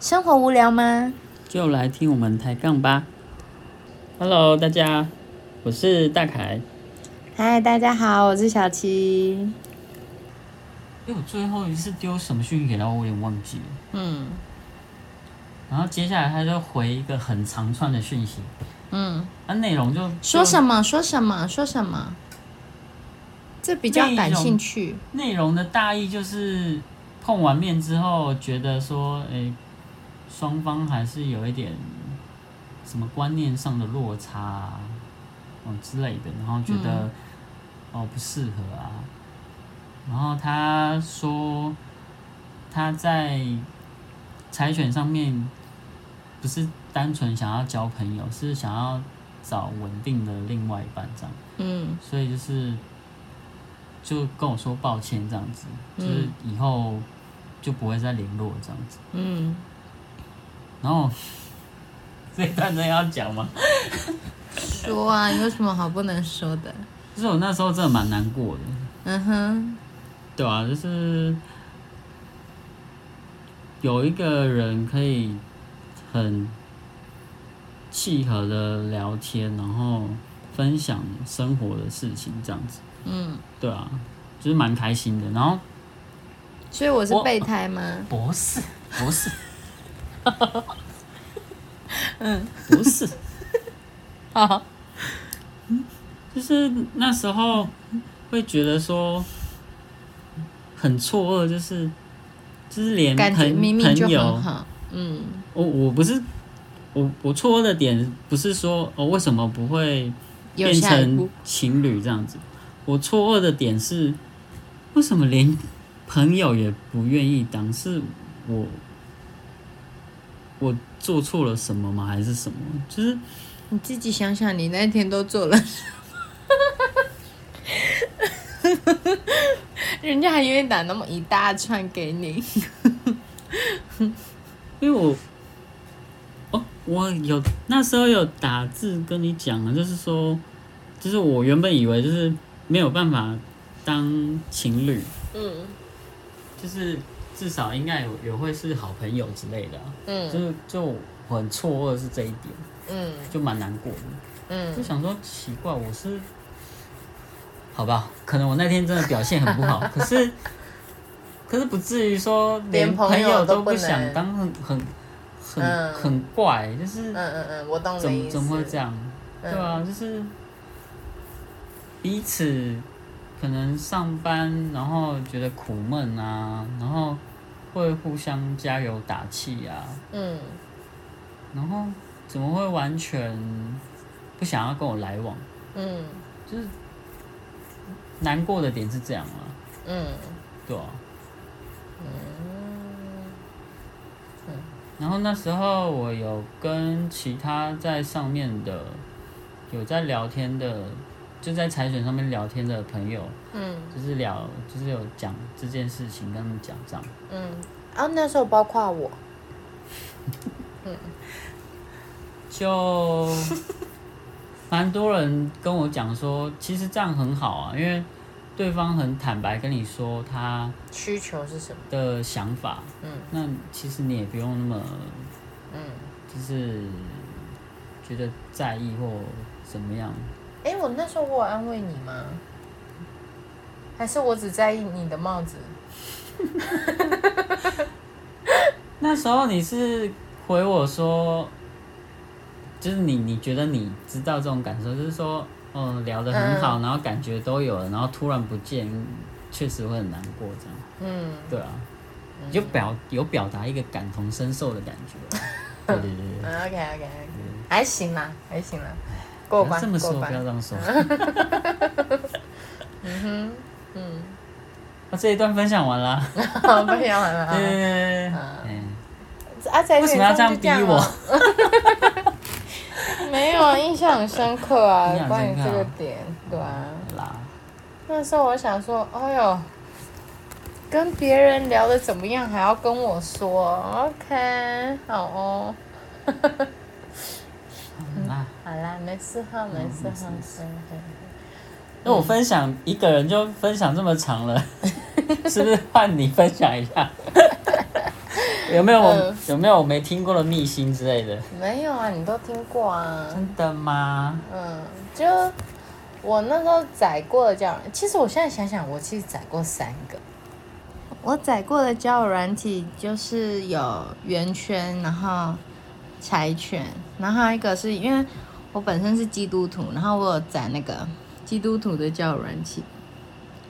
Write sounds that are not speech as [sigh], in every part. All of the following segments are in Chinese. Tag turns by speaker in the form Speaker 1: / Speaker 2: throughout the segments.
Speaker 1: 生活无聊吗？
Speaker 2: 就来听我们抬杠吧。Hello，大家，我是大凯。
Speaker 1: 嗨，大家好，我是小七。
Speaker 2: 因为哎我最后一次丢什么讯息给他，我有点忘记了。
Speaker 1: 嗯
Speaker 2: 然后接下来他就回一个很长串的讯息，
Speaker 1: 嗯，
Speaker 2: 那、内容就
Speaker 1: 说什
Speaker 2: 么？
Speaker 1: 么说什么说什么？这比较感兴趣。
Speaker 2: 内容的大意就是碰完面之后，觉得说，诶、双方还是有一点什么观念上的落差、啊，哦之类的，然后觉得、哦不适合啊。然后他说他在柴犬上面不是单纯想要交朋友，是想要找稳定的另外一半这样。
Speaker 1: 嗯
Speaker 2: 所以就是就跟我说抱歉这样子，
Speaker 1: 嗯
Speaker 2: 就是以后就不会再联络这样子。
Speaker 1: 嗯，
Speaker 2: 然后 [laughs] 这一段真的要讲吗？
Speaker 1: 说啊，有什么好不能说的？
Speaker 2: 就是我那时候真的蛮难过的，
Speaker 1: 嗯哼，
Speaker 2: 对啊，就是有一个人可以很契合的聊天，然后分享生活的事情这样子，
Speaker 1: 嗯，
Speaker 2: 对啊，就是蛮开心的。然后
Speaker 1: 所以我是
Speaker 2: 我
Speaker 1: 备胎吗？
Speaker 2: 不是，不是， [laughs] 嗯，不是，
Speaker 1: 好，
Speaker 2: 就是那时候会觉得说很错愕，就是就是连
Speaker 1: 感觉
Speaker 2: 朋
Speaker 1: 明明就
Speaker 2: 朋
Speaker 1: 很
Speaker 2: 友，
Speaker 1: 好。嗯
Speaker 2: 我我不是我我错愕的点不是说哦为什么不会
Speaker 1: 有
Speaker 2: 变
Speaker 1: 下一步
Speaker 2: 成情侣这样子，我错愕的点是为什么连朋友也不愿意当，是我我做错了什么吗？还是什么？就是
Speaker 1: 你自己想想，你那天都做了什么？ [laughs] 人家还愿意打那么一大串给你，
Speaker 2: 因为我，哦，我有那时候有打字跟你讲了，就是说，就是我原本以为就是没有办法当情侣，
Speaker 1: 嗯
Speaker 2: 就是至少应该有也会是好朋友之类的啊、就
Speaker 1: 嗯
Speaker 2: 是就我很错愕是这一点，
Speaker 1: 嗯
Speaker 2: 就蛮难过的，就
Speaker 1: 嗯，
Speaker 2: 想说奇怪，我是，好吧，可能我那天真的表现很不好，可是。可是不至于说
Speaker 1: 连
Speaker 2: 连
Speaker 1: 朋
Speaker 2: 朋
Speaker 1: 友
Speaker 2: 友
Speaker 1: 都
Speaker 2: 都
Speaker 1: 不
Speaker 2: 不想
Speaker 1: 能
Speaker 2: 当很很很、
Speaker 1: 嗯
Speaker 2: 很怪，就是
Speaker 1: 嗯嗯嗯，我懂你的
Speaker 2: 怎么
Speaker 1: 意
Speaker 2: 怎么会
Speaker 1: 思。
Speaker 2: 这样？对
Speaker 1: 嗯
Speaker 2: 啊，就是彼此可能上班，然后觉得苦闷啊，然后会互相加油打气啊，
Speaker 1: 嗯
Speaker 2: 然后怎么会完全不想要跟我来往？
Speaker 1: 嗯
Speaker 2: 就是难过的点是这样啊，
Speaker 1: 嗯，
Speaker 2: 对啊。然后那时候我有跟其他在上面的有在聊天的，就在柴犬上面聊天的朋友，
Speaker 1: 嗯
Speaker 2: 就是聊就是有讲这件事情，跟他们讲这样。
Speaker 1: 嗯，啊，那时候包括我，
Speaker 2: 就蛮多人跟我讲说，其实这样很好啊，因为对方很坦白跟你说他
Speaker 1: 需求是什么？
Speaker 2: 的想法，
Speaker 1: 嗯，
Speaker 2: 那其实你也不用那么，
Speaker 1: 嗯，
Speaker 2: 就是觉得在意或怎么样，
Speaker 1: 哎，我那时候我有安慰你吗？还是我只在意你的帽子？
Speaker 2: 那时候你是回我说，就是你你觉得你知道这种感受，就是说，嗯，聊得很好，然后感觉都有了，然后突然不见，确实会很难过，这样，
Speaker 1: 嗯，
Speaker 2: 对啊，你就表有表达一个感同身受的感觉，啊
Speaker 1: [laughs]
Speaker 2: 对对对
Speaker 1: 嗯
Speaker 2: 对，
Speaker 1: ，OK OK，还行啦，还行啦，过
Speaker 2: 不要
Speaker 1: 关
Speaker 2: 这么说，
Speaker 1: 过
Speaker 2: 不要
Speaker 1: 关
Speaker 2: 这。样说。嗯哼，
Speaker 1: [laughs]
Speaker 2: 嗯，那这一段分享完了，
Speaker 1: 好，不行完了。
Speaker 2: 对对对对对，嗯。
Speaker 1: 啊，在
Speaker 2: 为什么要这样逼我？
Speaker 1: 没有，啊，印象很深刻啊
Speaker 2: 印象，很
Speaker 1: 关于
Speaker 2: 深刻
Speaker 1: 这个
Speaker 2: 啊
Speaker 1: 点，对啊。
Speaker 2: 啦，
Speaker 1: 那时候我想说，哎呦，跟别人聊的怎么样，还要跟我说，OK，好哦。
Speaker 2: 好啦。
Speaker 1: [laughs] 好啦，没事哈，没事哈，
Speaker 2: 没
Speaker 1: 嗯嗯
Speaker 2: 那我分享一个人就
Speaker 1: [laughs]
Speaker 2: 分享这么长了，是不是换你分享一下？有没有、
Speaker 1: 嗯
Speaker 2: 有没有没听过的秘辛之类的？
Speaker 1: 没有啊，你都听过啊。
Speaker 2: 真的吗？
Speaker 1: 嗯，就我那时候载过的交友，其实我现在想想，我其实载过三个。我载过的交友软体就是有圆圈，然后柴犬，然后还有一个是因为我本身是基督徒，然后我有载那个基督徒的交友软体，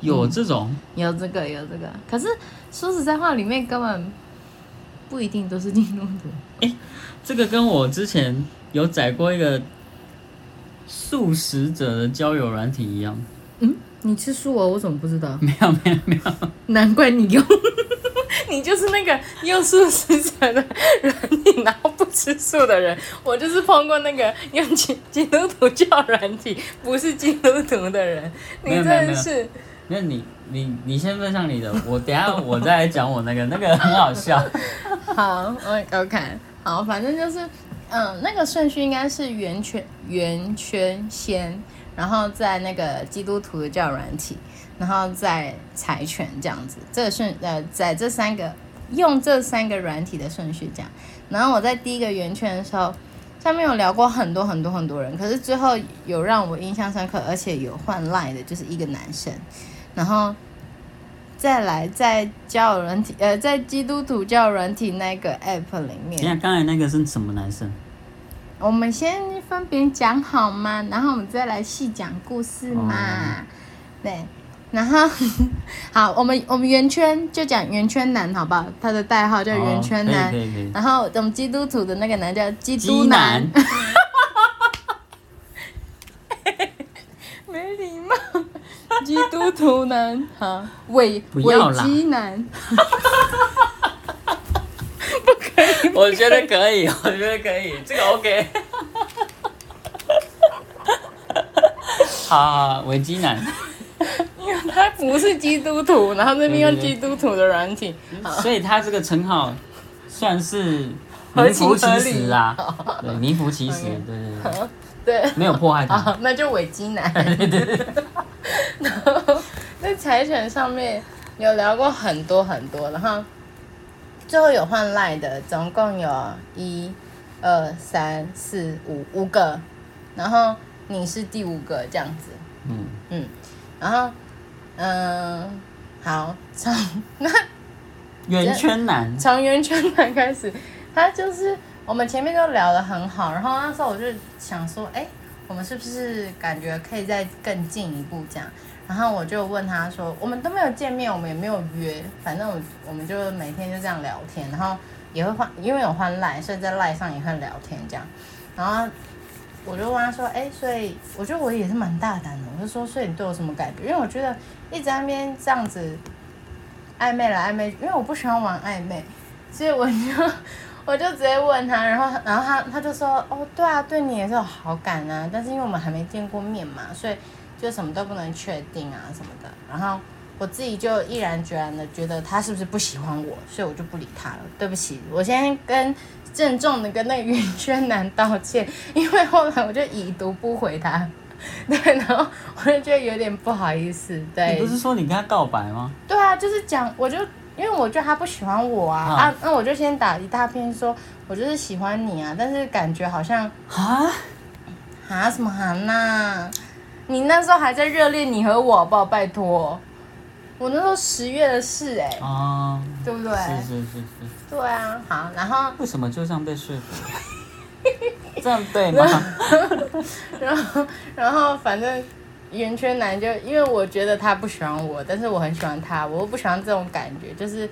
Speaker 2: 有这种？
Speaker 1: 有这个有这个。可是说实在话，里面根本不一定都是基督徒。
Speaker 2: 这个跟我之前有载过一个素食者的交友软体一样。
Speaker 1: 嗯，你吃素哦？我怎么不知道？
Speaker 2: 没有没有没有，
Speaker 1: 难怪你用， [laughs] 你就是那个用素食者的软体，然后不吃素的人。我就是碰过那个用基基督徒教软体，不是基督徒的人。你
Speaker 2: 没有
Speaker 1: 真
Speaker 2: 没有没
Speaker 1: 的
Speaker 2: 有
Speaker 1: 是，
Speaker 2: 那你你你先分享你的，我等一下我再来讲我那个，那个很好笑。
Speaker 1: 好，我我看好，反正就是，嗯，那个顺序应该是圆圈圆圈先，然后在那个基督徒的教软体，然后再柴犬这样子。这个顺呃，在这三个用这三个软体的顺序讲。然后我在第一个圆圈的时候，上面有聊过很多很多很多人，可是最后有让我印象深刻，而且有换赖的，就是一个男生，然后。再来，在教友软体，呃，在基督徒教友软体那个 app 里面
Speaker 2: 等一，下刚才那个是什么男生？
Speaker 1: 我们先分别讲好吗？然后我们再来细讲故事嘛。
Speaker 2: 哦
Speaker 1: 对，然后 [laughs] 好，我们我们圆圈就讲圆圈男好不好？他的代号叫圆圈
Speaker 2: 哦
Speaker 1: 男。
Speaker 2: 可以可以可以。
Speaker 1: 然后我们基督徒的那个男叫基督
Speaker 2: 基
Speaker 1: 男
Speaker 2: 男，
Speaker 1: 没礼貌。基督徒男， [laughs] 好，伪
Speaker 2: 不
Speaker 1: 伪
Speaker 2: 要啦
Speaker 1: 基男，
Speaker 2: 我觉得可以，我觉得可以，这个 [laughs] OK。好好，好维基男，
Speaker 1: 因为他不是基督徒，然后那边用基督徒的软体，
Speaker 2: 所以他这个称号算是
Speaker 1: 合
Speaker 2: 名
Speaker 1: 情
Speaker 2: 副其
Speaker 1: 合理哦
Speaker 2: 实啊，对，名副其实，
Speaker 1: OK
Speaker 2: 对对对，
Speaker 1: 对。
Speaker 2: 没有 [laughs] 迫害他。
Speaker 1: 啊，那就伪基男。然后在柴犬上面有聊过很多很多，然后最后有换赖的，总共有一、二、三、四、五五个，然后你是第五个这样子，
Speaker 2: 嗯，
Speaker 1: 嗯，然后嗯，好，从 [laughs] 那
Speaker 2: 圆圈男，
Speaker 1: 从圆圈男开始，他就是我们前面都聊得很好，然后那时候我就想说，哎、我们是不是感觉可以再更进一步这样？然后我就问他说，我们都没有见面，我们也没有约，反正我我们就每天就这样聊天，然后也会换，因为有换赖，所以在赖上也会聊天这样。然后我就问他说，哎、所以我觉得我也是蛮大胆的，我就说，所以你对我什么感觉？因为我觉得一直在那边这样子暧昧来暧昧，因为我不喜欢玩暧昧，所以我就我就直接问他，然后然后他他就说，哦，对啊，对你也是有好感啊，但是因为我们还没见过面嘛，所以就什么都不能确定啊什么的。然后我自己就毅然决然的觉得他是不是不喜欢我，所以我就不理他了。对不起，我先跟郑重的跟那个圆圈男道歉，因为后来我就已读不回他。 [laughs] 对，然后我就觉得有点不好意思。对，
Speaker 2: 你不是说你跟他告白吗？
Speaker 1: 对啊，就是讲，我就因为我觉得他不喜欢我啊，
Speaker 2: 啊
Speaker 1: 啊，那我就先打一大篇说，我就是喜欢你啊，但是感觉好像
Speaker 2: 啊，
Speaker 1: 啊什么啊呐，你那时候还在热恋你和我，好不好？拜托，我那时候十月的事哎、
Speaker 2: 哦，
Speaker 1: 对不对？
Speaker 2: 是是是是，
Speaker 1: 对啊，好，然后
Speaker 2: 为什么就这样被说
Speaker 1: [laughs]
Speaker 2: 服？这样对吗？
Speaker 1: 然后，然后反正圆圈男就因为我觉得他不喜欢我，但是我很喜欢他，我又不喜欢这种感觉，就是，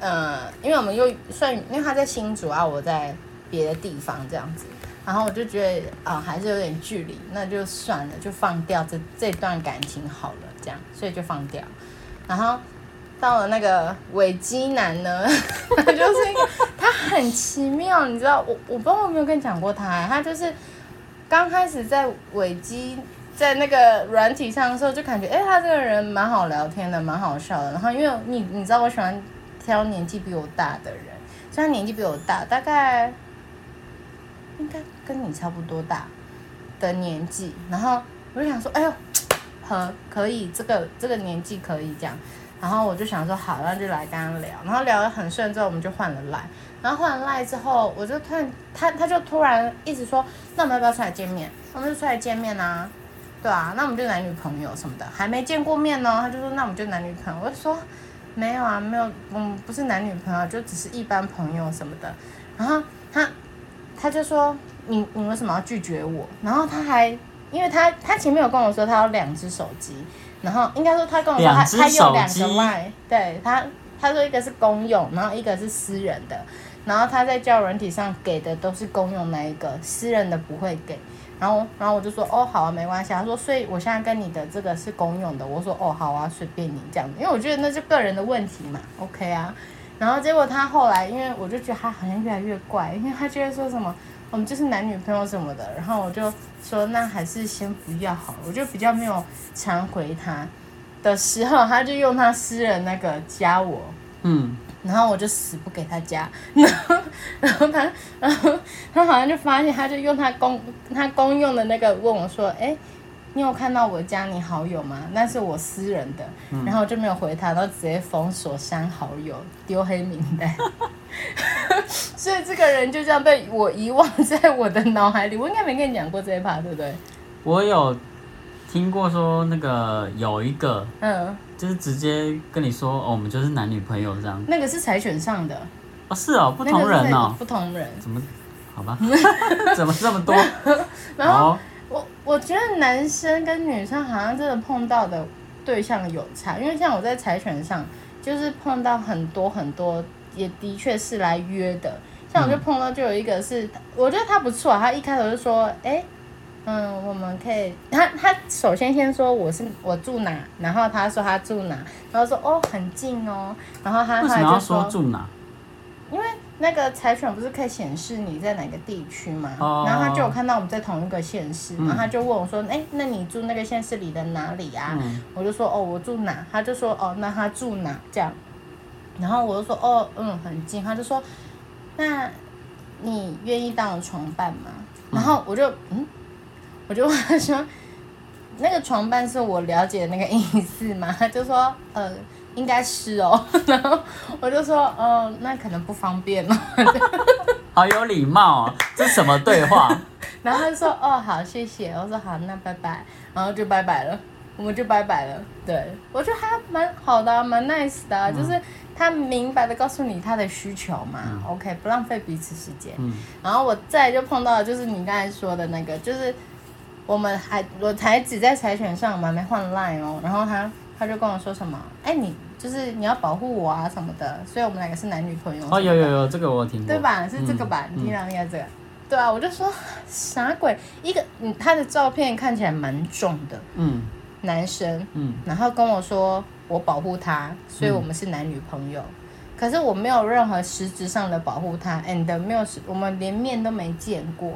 Speaker 1: 呃，因为我们又算，因为他在新竹啊，我在别的地方这样子，然后我就觉得啊、还是有点距离，那就算了，就放掉这这段感情好了，这样，所以就放掉。然后到了那个尾基男呢， [laughs] 他就是一个他很奇妙，你知道，我我不知道我有没有跟你讲过他、啊他就是刚开始在尾基。在那个软体上的时候，就感觉哎、诶他这个人蛮好聊天的，蛮好笑的。然后因为你你知道我喜欢挑年纪比我大的人，虽然年纪比我大，大概应该跟你差不多大的年纪，然后我就想说，哎呦，和可以，这个这个年纪可以这样。然后我就想说好，那就来跟他聊，然后聊得很顺之后，我们就换了赖，然后换了赖之后，我就突然他他就突然一直说，那我们要不要出来见面？我们就出来见面啊，对啊，那我们就男女朋友什么的，还没见过面呢，他就说那我们就男女朋友，我就说没有啊，没有，我们不是男女朋友，就只是一般朋友什么的，然后他他就说你你为什么要拒绝我？然后他还因为他他前面有跟我说他有两只手机，然后应该说他跟我说他
Speaker 2: 两只
Speaker 1: 他有
Speaker 2: 手
Speaker 1: 两
Speaker 2: 机
Speaker 1: 个 line，对他他说一个是公用，然后一个是私人的，然后他在教软体上给的都是公用那一个，私人的不会给。然后，然后我就说，哦，好啊，没关系啊。他说，所以我现在跟你的这个是公用的。我说，哦，好啊，随便你这样子，因为我觉得那是个人的问题嘛，OK 啊。然后结果他后来，因为我就觉得他好像越来越怪，因为他就会说什么我们就是男女朋友什么的，然后我就说那还是先不要好了，我就比较没有常回他的时候，他就用他私人那个加我，
Speaker 2: 嗯，
Speaker 1: 然后我就死不给他加， [laughs] 然后然后他然后他好像就发现，他就用他公他公用的那个问我说，哎。你有看到我加你好友吗？那是我私人的，
Speaker 2: 嗯
Speaker 1: 然后我就没有回他，然后直接封锁、删好友、丢黑名单。 [laughs] 所以这个人就这样被我遗忘在我的脑海里。我应该没跟你讲过这一趴，对不对？
Speaker 2: 我有听过说那个有一个
Speaker 1: 嗯，
Speaker 2: 就是直接跟你说哦，我们就是男女朋友这样。
Speaker 1: 那个是才选上的，
Speaker 2: 哦，是哦，不同
Speaker 1: 那个
Speaker 2: 人
Speaker 1: 是
Speaker 2: 哦，
Speaker 1: 不同人。
Speaker 2: 怎么？好吧， [laughs] 怎么这么多？
Speaker 1: [laughs] 然后
Speaker 2: 哦，
Speaker 1: 我我觉得男生跟女生好像真的碰到的对象有差，因为像我在柴犬上，就是碰到很多很多，也的确是来约的。像
Speaker 2: 嗯
Speaker 1: 我就碰到就有一个是，我觉得他不错、啊，他一开头就说，哎、嗯，我们可以，他他首先先说我是我住哪，然后他说他住哪，然后说哦很近哦，然后他后
Speaker 2: 为什
Speaker 1: 来
Speaker 2: 么要
Speaker 1: 就
Speaker 2: 说住哪？
Speaker 1: 因为那个柴犬不是可以显示你在哪个地区嘛
Speaker 2: 哦
Speaker 1: 然后他就有看到我们在同一个县市，
Speaker 2: 嗯
Speaker 1: 然后他就问我说：“哎、那你住那个县市里的哪里啊？”
Speaker 2: 嗯
Speaker 1: 我就说：“哦，我住哪？”他就说：“哦，那他住哪？”这样，然后我就说：“哦，嗯，很近。”他就说：“那你愿意当我床伴吗？”然后我就嗯，我就问他说：“那个床伴是我了解的那个意思吗？”他就说：“呃，应该是哦。” [laughs] 然后我就说：“嗯、那可能不方便哦了。”
Speaker 2: 好有礼貌哦，这什么对话？
Speaker 1: [laughs] 然后他就说：“哦，好，谢谢。”我说：“好，那拜拜。”然后就拜拜了，我们就拜拜了。对我觉得还蛮好的啊、蛮 nice 的啊、
Speaker 2: 嗯
Speaker 1: 就是他明白的告诉你他的需求嘛、o k 不浪费彼此时间。
Speaker 2: 嗯
Speaker 1: 然后我再来就碰到的就是你刚才说的那个，就是我们还我才只在柴犬上，我们还没换 line 哦。然后他他就跟我说什么：“哎，你就是你要保护我啊什么的。”所以我们两个是男女朋友。
Speaker 2: 哦，有有有，这个我有听过，
Speaker 1: 对吧？是这个吧？
Speaker 2: 嗯
Speaker 1: 你听到应该这个。对啊，我就说啥鬼？一个嗯，他的照片看起来蛮重的
Speaker 2: 嗯
Speaker 1: 男生，
Speaker 2: 嗯，
Speaker 1: 然后跟我说我保护他，所以我们是男女朋友。可是我没有任何实质上的保护他，and 没有实，我们连面都没见过。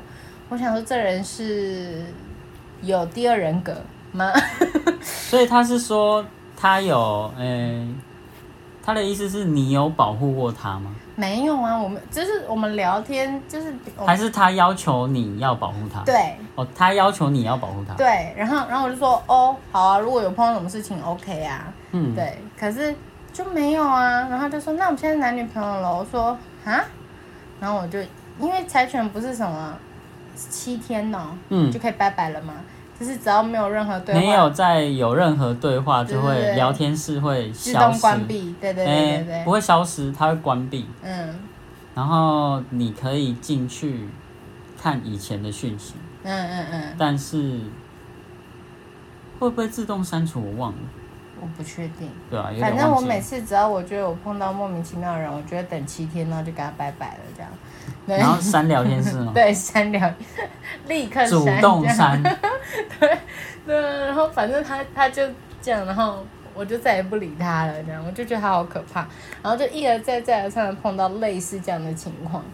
Speaker 1: 我想说这人是有第二人格吗？ [laughs]
Speaker 2: 所以他是说他有，诶、他的意思是你有保护过他吗？
Speaker 1: 没有啊，我们就是我们聊天，就是我
Speaker 2: 还
Speaker 1: 们
Speaker 2: 是他要求你要保护他？，
Speaker 1: 哦对，
Speaker 2: 哦，他要求你要保护他。，
Speaker 1: 对，然后然后我就说哦，好啊，如果有碰到什么事情，OK 啊，
Speaker 2: 嗯，
Speaker 1: 对，可是就没有啊，然后就说那我们现在是男女朋友了，我说啊，然后我就因为柴犬不是什么七天哦，
Speaker 2: 嗯
Speaker 1: 就可以拜拜了嘛，就是只要没有任何对话，
Speaker 2: 没有在有任何对话，
Speaker 1: 对
Speaker 2: 就
Speaker 1: 对
Speaker 2: 会
Speaker 1: 对
Speaker 2: 聊天室会
Speaker 1: 自
Speaker 2: 消
Speaker 1: 动
Speaker 2: 失，哎
Speaker 1: 关闭，对对对对对，
Speaker 2: 诶不会消失，它会关闭，
Speaker 1: 嗯
Speaker 2: 然后你可以进去看以前的讯息，
Speaker 1: 嗯嗯嗯，
Speaker 2: 但是会不会自动删除我忘了，
Speaker 1: 我不确定。
Speaker 2: 对吧、啊？有点
Speaker 1: 反正我
Speaker 2: 忘记
Speaker 1: 每
Speaker 2: 了。
Speaker 1: 次只要我觉得我碰到莫名其妙的人，我就会等七天，然后就跟他拜拜了这样。对
Speaker 2: 然后删聊天室吗？
Speaker 1: [laughs] 对，删掉，立刻
Speaker 2: [laughs] 主
Speaker 1: 删
Speaker 2: 动
Speaker 1: 掉
Speaker 2: 删。
Speaker 1: [laughs] 对，然后反正他他就这样，然后我就再也不理他了，这样我就觉得他好可怕，然后就一而再再而三的碰到类似这样的情况。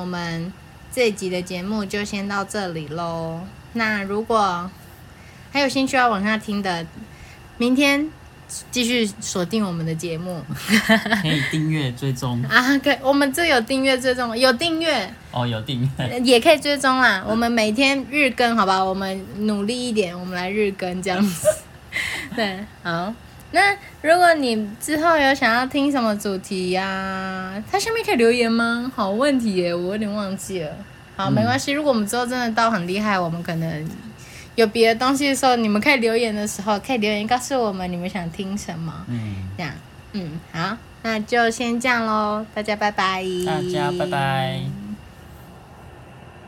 Speaker 1: 我们这一集的节目就先到这里喽。那如果还有兴趣要往下听的，明天继续锁定我们的节目 [laughs]
Speaker 2: 可以订阅追踪
Speaker 1: 啊！可以我们这有订阅最重要，有订阅。
Speaker 2: 哦，有订阅。
Speaker 1: 呃也可以追踪啦。我们每天日 [laughs] 更，好吧？我们努力一点，我们来日更这样子。对，好，那如果你之后有想要听什么主题呀、它下面可以留言吗？好问题耶，我有点忘记了。好，没关系，如果我们之后真的到很厉害，我们可能有别的东西的时候，你们可以留言的时候，可以留言告诉我们你们想听什么。
Speaker 2: 嗯，
Speaker 1: 这样，嗯，好，那就先这样喽，大家拜拜。
Speaker 2: 大家拜拜。